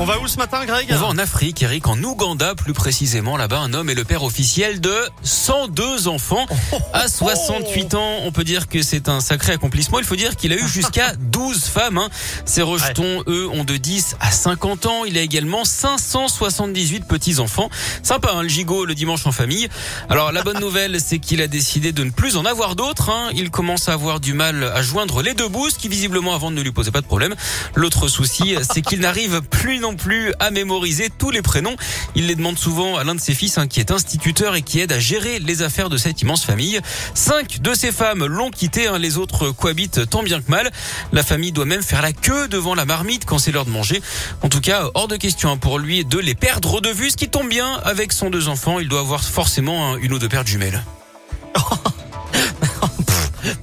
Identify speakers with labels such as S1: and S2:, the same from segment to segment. S1: On va où ce matin, Greg
S2: On va en Afrique, Eric, en Ouganda plus précisément. Là-bas, un homme est le père officiel de 102 enfants.
S1: Oh,
S2: À 68 ans, on peut dire que c'est un sacré accomplissement. Il faut dire qu'il a eu jusqu'à 12 femmes. hein. Ses rejetons, eux, ont de 10 à 50 ans. Il a également 578 petits-enfants. Sympa, hein, le gigot le dimanche en famille. Alors, la bonne nouvelle, c'est qu'il a décidé de ne plus en avoir d'autres. hein. Il commence à avoir du mal à joindre les deux bouts, ce qui visiblement avant ne lui posait pas de problème. L'autre souci, c'est qu'il n'arrive plus non plus à mémoriser tous les prénoms. Il les demande souvent à l'un de ses fils, hein, qui est instituteur et qui aide à gérer les affaires de cette immense famille. Cinq de ces femmes l'ont quitté, hein, les autres cohabitent tant bien que mal. La famille doit même faire la queue devant la marmite quand c'est l'heure de manger. En tout cas, hors de question hein, pour lui de les perdre de vue, ce qui tombe bien avec son deux enfants. Il doit avoir forcément hein, une ou deux paires de jumelles.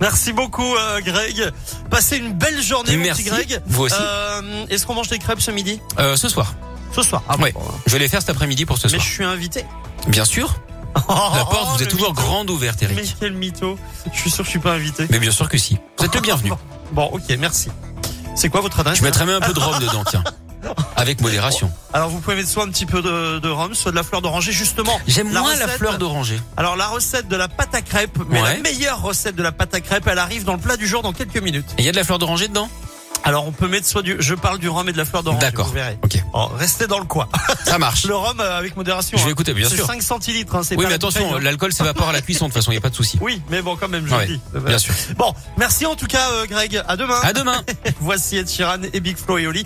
S1: Merci beaucoup, euh, Greg. Passez une belle journée,
S2: Merci,
S1: mon petit Greg.
S2: vous aussi.
S1: Euh, Est-ce qu'on mange des crêpes ce midi
S2: Euh, ce soir.
S1: Ce soir. Ah,
S2: Ouais.
S1: bon, bon.
S2: Je vais les faire cet après-midi pour ce
S1: Mais
S2: soir.
S1: je Oh, suis invité.
S2: Bien sûr. La porte vous est toujours grande ouverte,
S1: Mais
S2: Eric.
S1: quel mytho. Je suis sûr que je suis pas invité.
S2: Mais bien sûr que si. Vous êtes le bienvenu.
S1: Bon, ok, merci. C'est quoi votre adresse
S2: Je mettrai même un peu de rhum dedans, tiens. Avec modération.
S1: Alors, vous pouvez mettre soit un petit peu de, de rhum, soit de la fleur d'oranger, justement.
S2: J'aime moins la
S1: recette-
S2: fleur d'oranger.
S1: Alors, la recette de la pâte à crêpes, mais
S2: Ouais.
S1: la meilleure recette de la pâte à crêpes, elle arrive dans le plat du jour dans quelques minutes.
S2: Et il y a de la fleur d'oranger dedans
S1: Alors on peut mettre soit du, je parle du rhum et de la fleur d'orange.
S2: D'accord.
S1: Vous verrez.
S2: Ok.
S1: Oh, restez dans le coin.
S2: Ça marche.
S1: Le rhum euh, avec modération.
S2: Je vais
S1: hein.
S2: écouter, bien
S1: C'est
S2: sûr.
S1: 5 centilitres. Hein, c'est pas
S2: Oui, mais
S1: la
S2: attention,
S1: bouteille, hein.
S2: l'alcool s'évapore à la cuisson, de toute façon, il n'y a pas de souci.
S1: Oui, mais bon, quand même, je
S2: Ouais,
S1: le dis.
S2: Bien sûr.
S1: Bon, merci en tout cas, euh, Greg. À demain.
S2: À demain.
S1: Voici Ed Sheeran et Big Flo et Oli.